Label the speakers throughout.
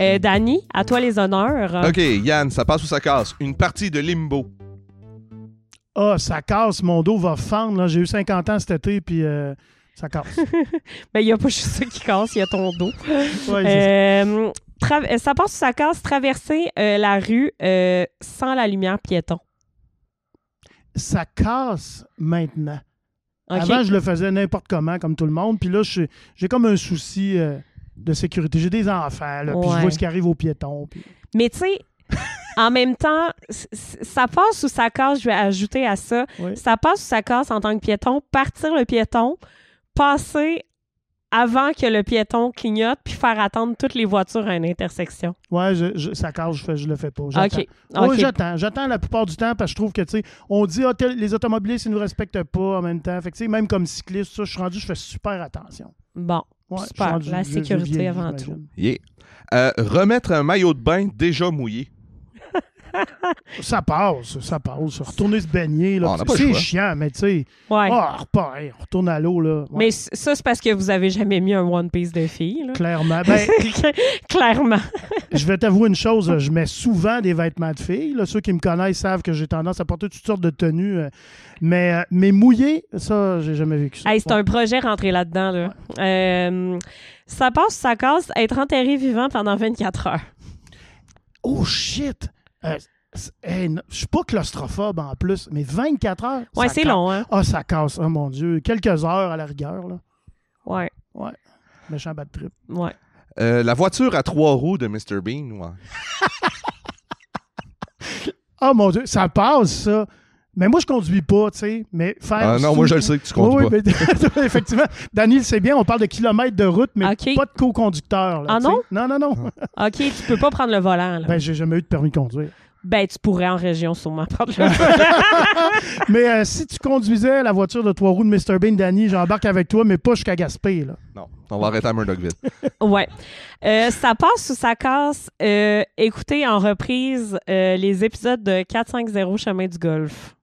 Speaker 1: Euh, Dani, à toi les honneurs.
Speaker 2: OK, Yann, ça passe ou ça casse? Une partie de limbo.
Speaker 3: Ah, ça casse, mon dos va fendre. là. J'ai eu 50 ans cet été, puis euh, ça casse.
Speaker 1: Ben, il n'y a pas juste ça qui casse, il y a ton dos.
Speaker 3: Ouais, c'est-
Speaker 1: Euh, tra- euh, ça passe ou ça casse, traverser euh, la rue euh, sans la lumière piéton.
Speaker 3: Ça casse maintenant.
Speaker 1: OK?
Speaker 3: Avant, je le faisais n'importe comment, comme tout le monde. Puis là, je suis- j'ai comme un souci euh, de sécurité. J'ai des enfants, là, puis je
Speaker 1: Ouais.
Speaker 3: vois ce qui arrive aux piétons. puis-
Speaker 1: Mais tu sais, en même temps, c- c- ça passe ou ça casse, je vais ajouter à ça.
Speaker 3: Ouais.
Speaker 1: Ça passe ou ça casse en tant que piéton, partir le piéton, passer avant que le piéton clignote, puis faire attendre toutes les voitures à une intersection.
Speaker 3: Ouais, je- je- ça casse, je, fais, je le fais pas. J'attends. Oh,
Speaker 1: OK.
Speaker 3: Oui,
Speaker 1: OK.
Speaker 3: j'attends. J'attends la plupart du temps parce que je trouve que, tu sais, on dit, ah, tel- les automobilistes, ils nous respectent pas en même temps. Fait que, tu sais, même comme cycliste, ça, je suis rendu, je fais super attention.
Speaker 1: Bon.
Speaker 3: Ouais,
Speaker 1: Super.
Speaker 3: je suis rendu-
Speaker 1: La
Speaker 3: je- je
Speaker 1: sécurité
Speaker 3: vieillis,
Speaker 1: avant
Speaker 3: j'imagine.
Speaker 2: Yeah. Euh, remettre un maillot de bain déjà mouillé.
Speaker 3: Ça passe, ça passe. Retourner se baigner, là,
Speaker 2: Ah, On n'a pas le
Speaker 3: c'est
Speaker 2: choix.
Speaker 3: chiant, mais tu sais,
Speaker 1: Ouais.
Speaker 3: ah, on repart, hey, on retourne à l'eau, là. Ouais,
Speaker 1: Mais c- ça, c'est parce que vous avez jamais mis un One Piece de fille. là.
Speaker 3: Clairement. Ben,
Speaker 1: Clairement.
Speaker 3: je vais t'avouer une chose, je mets souvent des vêtements de filles. là. Ceux qui me connaissent savent que j'ai tendance à porter toutes sortes de tenues. euh, mais, euh, mais mouillé, ça, j'ai jamais vécu ça.
Speaker 1: Hey, c'est un projet rentré là-dedans. Là. Euh, ça passe, ça casse, être enterré vivant pendant 24 heures.
Speaker 3: Oh shit! Euh, c'est- hey, non, je suis pas claustrophobe en plus, mais 24 heures.
Speaker 1: Ouais,
Speaker 3: ça
Speaker 1: c'est
Speaker 3: casse.
Speaker 1: long, hein?
Speaker 3: Ah, ça casse, oh mon Dieu. Quelques heures à la rigueur, là.
Speaker 1: Ouais.
Speaker 3: Méchant bad trip.
Speaker 1: Ouais.
Speaker 2: Euh, la voiture à trois roues de Mr. Bean. ouais.
Speaker 3: Oh mon Dieu, ça passe, ça. Mais moi, je conduis pas, tu sais. Mais faire.
Speaker 2: Ah non, moi je le sais que tu conduis
Speaker 3: oui, oui, mais effectivement, Daniel, c'est bien, on parle de kilomètres de route, mais
Speaker 1: Ok.
Speaker 3: pas de co-conducteur. là,
Speaker 1: Ah
Speaker 3: tu sais.
Speaker 1: non?
Speaker 3: Non, non, non.
Speaker 2: Ah.
Speaker 1: OK, tu peux pas prendre le volant. Là. Ben,
Speaker 3: Ben, j'ai jamais eu de permis de conduire.
Speaker 1: tu pourrais en région sûrement prendre le volant.
Speaker 3: mais euh, si tu conduisais la voiture de trois roues de Mr. Bean, Danny, j'embarque avec toi, mais pas jusqu'à Gaspé, là.
Speaker 2: pas. Non, on va arrêter à Murdochville.
Speaker 1: ouais. Euh, ça passe ou ça casse, euh, écoutez en reprise euh, les épisodes de 450 Chemin du Golf.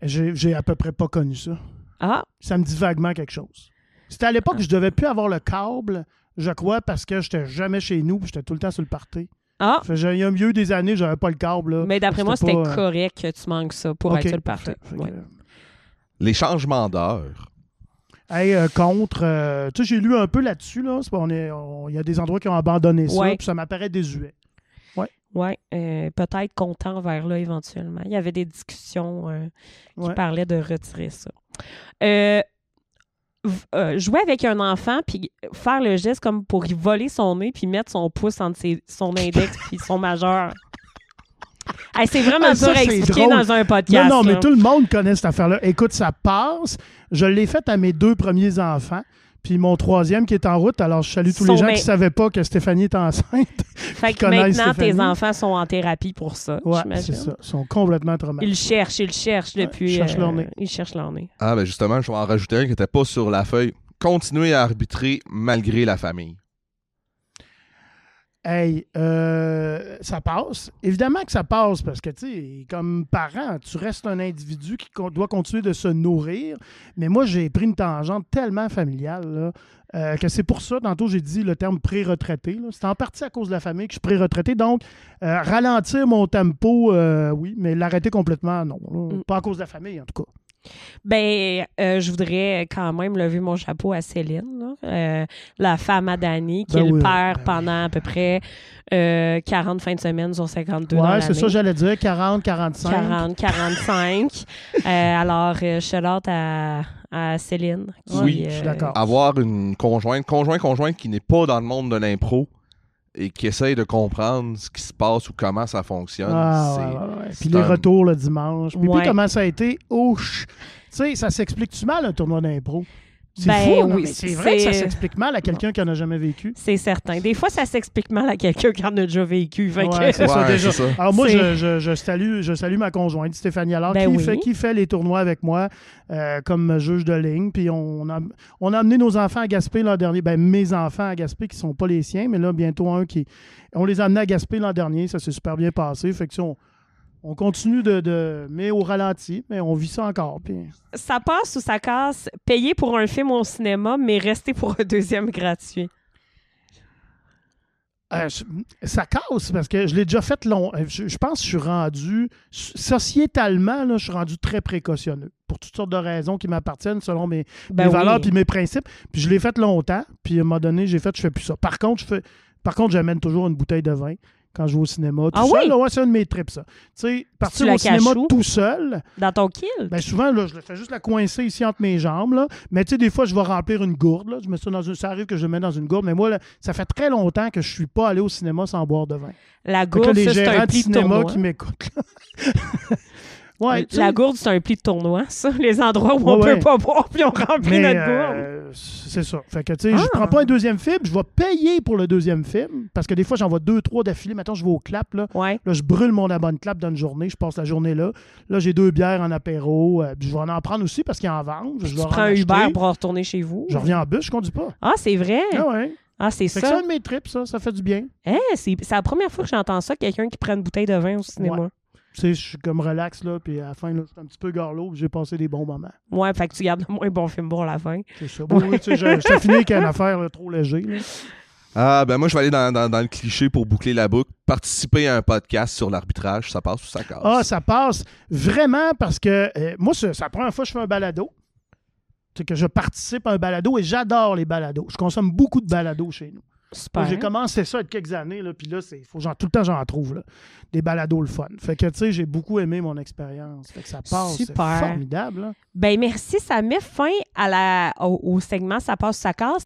Speaker 3: J'ai j'ai à peu près pas connu ça.
Speaker 1: Ah,
Speaker 3: ça me dit vaguement quelque chose. C'était à l'époque que je devais plus avoir le câble, je crois, parce que j'étais jamais chez nous, puis j'étais tout le temps sur le party.
Speaker 1: ah.
Speaker 3: Fait que j'ai- Il y a mieux des années, j'avais pas le câble. Là.
Speaker 1: Mais d'après moi, c'était
Speaker 3: pas, euh,
Speaker 1: correct que tu manques ça pour
Speaker 3: OK.
Speaker 1: être sur le parti.
Speaker 3: Fait- fait que,
Speaker 1: Ouais.
Speaker 3: euh,
Speaker 2: Les changements d'heure.
Speaker 3: hey, euh, contre, euh, tu sais, j'ai lu un peu là-dessus, là. C'est pas- on est- on- il y a des endroits qui ont abandonné ça,
Speaker 1: Ouais.
Speaker 3: puis ça m'apparaît désuet.
Speaker 1: Ouais, euh, peut-être comptant vers là éventuellement. Il y avait des discussions euh, qui
Speaker 3: Ouais.
Speaker 1: parlaient de retirer ça. Euh, v- euh, jouer avec un enfant puis faire le geste comme pour y voler son nez puis mettre son pouce entre ses- son index puis son majeur. Hey, c'est vraiment
Speaker 3: Ah, ça,
Speaker 1: dur à
Speaker 3: c'est
Speaker 1: expliquer
Speaker 3: drôle.
Speaker 1: dans un podcast.
Speaker 3: Non, non, mais
Speaker 1: là.
Speaker 3: tout le monde connaît cette affaire-là. Écoute, ça passe. Je l'ai faite à mes deux premiers enfants. Puis mon troisième qui est en route, alors je salue tous
Speaker 1: Sont
Speaker 3: les gens
Speaker 1: ben-
Speaker 3: qui savaient pas que Stéphanie est enceinte.
Speaker 1: Fait que
Speaker 3: connais
Speaker 1: maintenant, tes
Speaker 3: Stéphanie.
Speaker 1: enfants sont en thérapie pour ça,
Speaker 3: Ouais, c'est
Speaker 1: j'imagine.
Speaker 3: ça. Ils sont complètement traumatisés.
Speaker 1: Ils cherchent, ils cherchent
Speaker 3: Ouais,
Speaker 1: depuis... euh,
Speaker 3: ils cherchent leur nez.
Speaker 1: Ils cherchent leur nez.
Speaker 2: Ah, ben justement, je vais en rajouter un qui n'était pas sur la feuille. Continuer à arbitrer malgré la famille.
Speaker 3: Hey, euh, ça passe. Évidemment que ça passe parce que, tu sais, comme parent, tu restes un individu qui con- doit continuer de se nourrir. Mais moi, j'ai pris une tangente tellement familiale là, euh, que c'est pour ça, tantôt, j'ai dit le terme pré-retraité. là. C'est en partie à cause de la famille que je suis pré-retraité. Donc, euh, ralentir mon tempo, euh, oui, mais l'arrêter complètement, non. là.
Speaker 1: Mm.
Speaker 3: Pas à cause de la famille, en tout cas.
Speaker 1: Ben, euh, je voudrais quand même lever mon chapeau à Céline, là. Euh, la femme à Dani, qui
Speaker 3: Ben
Speaker 1: est le
Speaker 3: oui,
Speaker 1: père
Speaker 3: ben oui.
Speaker 1: pendant à peu près euh, 40 fins de semaine sur 52 dans
Speaker 3: ouais, c'est
Speaker 1: l'année.
Speaker 3: ça, j'allais dire 40, 45.
Speaker 1: 40, 45. Euh, alors, euh, shout out à, à Céline. qui, euh,
Speaker 2: Oui,
Speaker 3: je suis d'accord.
Speaker 2: Avoir une conjointe, conjoint, conjointe qui n'est pas dans le monde de l'impro et qui essaye de comprendre ce qui se passe ou comment ça fonctionne.
Speaker 3: Ah,
Speaker 2: c'est-
Speaker 3: ouais, ouais, ouais.
Speaker 2: c'est
Speaker 3: Puis les
Speaker 2: un-
Speaker 3: retours le dimanche. Puis, puis
Speaker 1: Ouais.
Speaker 3: comment ça a été? Oh, ch- tu sais, ça s'explique-tu mal un tournoi d'impro? C'est
Speaker 1: Ben
Speaker 3: fou, non,
Speaker 1: oui,
Speaker 3: mais c'est vrai que ça
Speaker 1: c'est-
Speaker 3: s'explique mal à quelqu'un qui en a jamais vécu.
Speaker 1: C'est certain. Des fois, ça s'explique mal à quelqu'un qui en a déjà vécu. Fait que-
Speaker 3: Ouais, c'est ça,
Speaker 2: Ouais,
Speaker 3: déjà.
Speaker 2: c'est ça.
Speaker 3: Alors moi,
Speaker 1: C'est-
Speaker 3: je, je- je salue, je salue ma conjointe, Stéphanie Allard,
Speaker 1: Ben
Speaker 3: qui,
Speaker 1: oui.
Speaker 3: fait, qui fait les tournois avec moi euh, comme juge de ligne. Puis on a, on a amené nos enfants à Gaspé l'an dernier. Ben, mes enfants à Gaspé qui sont pas les siens, mais là, bientôt un qui... On les a amenés à Gaspé l'an dernier. Ça s'est super bien passé. Fait que si on, on continue de, de- Mais au ralenti, mais on vit ça encore. Puis...
Speaker 1: Ça passe ou ça casse. Payer pour un film au cinéma, mais rester pour un deuxième gratuit.
Speaker 3: euh, je- ça casse parce que je l'ai déjà fait long. euh, Je, je pense que je suis rendu, sociétalement, là, je suis rendu très précautionneux pour toutes sortes de raisons qui m'appartiennent selon mes,
Speaker 1: Ben
Speaker 3: mes
Speaker 1: oui.
Speaker 3: valeurs puis mes principes. Puis je l'ai fait longtemps, puis à un moment donné, j'ai fait, je fais plus ça. Par contre, je fais, par contre, j'amène toujours une bouteille de vin quand je vais au cinéma. Tout
Speaker 1: Ah
Speaker 3: seul,
Speaker 1: oui?
Speaker 3: là, ouais, c'est un de mes trips, ça. Tu sais, partir
Speaker 1: la
Speaker 3: au cinéma
Speaker 1: caches où?
Speaker 3: tout seul,
Speaker 1: Dans ton kill?
Speaker 3: ben souvent, là, je le fais juste la coincer ici entre mes jambes. Là. Mais tu sais, des fois, je vais remplir une gourde. Là. Je mets ça, dans une... ça arrive que je le mets dans une gourde. Mais moi, là, ça fait très longtemps que je suis pas allé au cinéma sans boire de vin.
Speaker 1: la
Speaker 3: Fait que là,
Speaker 1: gourde, ça,
Speaker 3: les
Speaker 1: c'est
Speaker 3: gérants
Speaker 1: un
Speaker 3: de
Speaker 1: pli de
Speaker 3: cinéma
Speaker 1: tournoi. Euh,
Speaker 3: qui m'écoutent. là. ouais, tu sais,
Speaker 1: la gourde, c'est un pli de tournoi, ça. Les endroits où on
Speaker 3: Ouais, ouais.
Speaker 1: peut pas boire, puis on remplit
Speaker 3: mais,
Speaker 1: notre gourde.
Speaker 3: euh, c'est ça. Fait que tu sais, je
Speaker 1: Ah.
Speaker 3: prends pas un deuxième film, je vais payer pour le deuxième film. Parce que des fois, j'en vois deux, trois d'affilée. Maintenant, je vais au clap. Là.
Speaker 1: Ouais.
Speaker 3: Là, je brûle mon abonnement de clap dans une journée. Je passe la journée là. Là, j'ai deux bières en apéro. euh, puis je vais en en prendre aussi parce qu'ils en vendent. Je
Speaker 1: Tu
Speaker 3: vais en
Speaker 1: prends un
Speaker 3: acheter.
Speaker 1: Uber pour en retourner chez vous.
Speaker 3: Je reviens en bus, je conduis pas.
Speaker 1: Ah, c'est vrai?
Speaker 3: Ah ouais.
Speaker 1: Ah, c'est
Speaker 3: Fait que c'est
Speaker 1: ça.
Speaker 3: un de mes trips, ça. Ça fait du bien.
Speaker 1: Hein, c'est c'est la première fois que j'entends ça, quelqu'un qui prend une bouteille de vin au cinéma.
Speaker 3: Tu sais, je suis comme relax, là. Puis à la fin, là, je suis un petit peu garlot. puis J'ai passé des bons moments.
Speaker 1: Ouais. fait que tu gardes le moins bon film pour la fin.
Speaker 3: C'est ça. Bon, oui, tu sais, je- je t'ai fini avec une affaire là, trop léger. là.
Speaker 2: Ah, ben moi, je vais aller dans, dans- dans le cliché pour boucler la boucle. Participer à un podcast sur l'arbitrage, ça passe ou ça casse?
Speaker 3: Ah, ça passe vraiment parce que euh, moi, c'est c'est la première fois que je fais un balado. C'est que je participe à un balado et j'adore les balados. Je consomme beaucoup de balados chez nous. Moi,
Speaker 1: Super.
Speaker 3: J'ai commencé ça il y a quelques années, là, puis là, c'est- faut, genre, tout le temps, j'en trouve. là, des balados le fun. Fait que, tu sais, j'ai beaucoup aimé mon expérience. Fait que ça passe. C'est
Speaker 1: Super.
Speaker 3: formidable. là.
Speaker 1: Ben merci, ça met fin à la, au, au segment Ça passe, ça casse.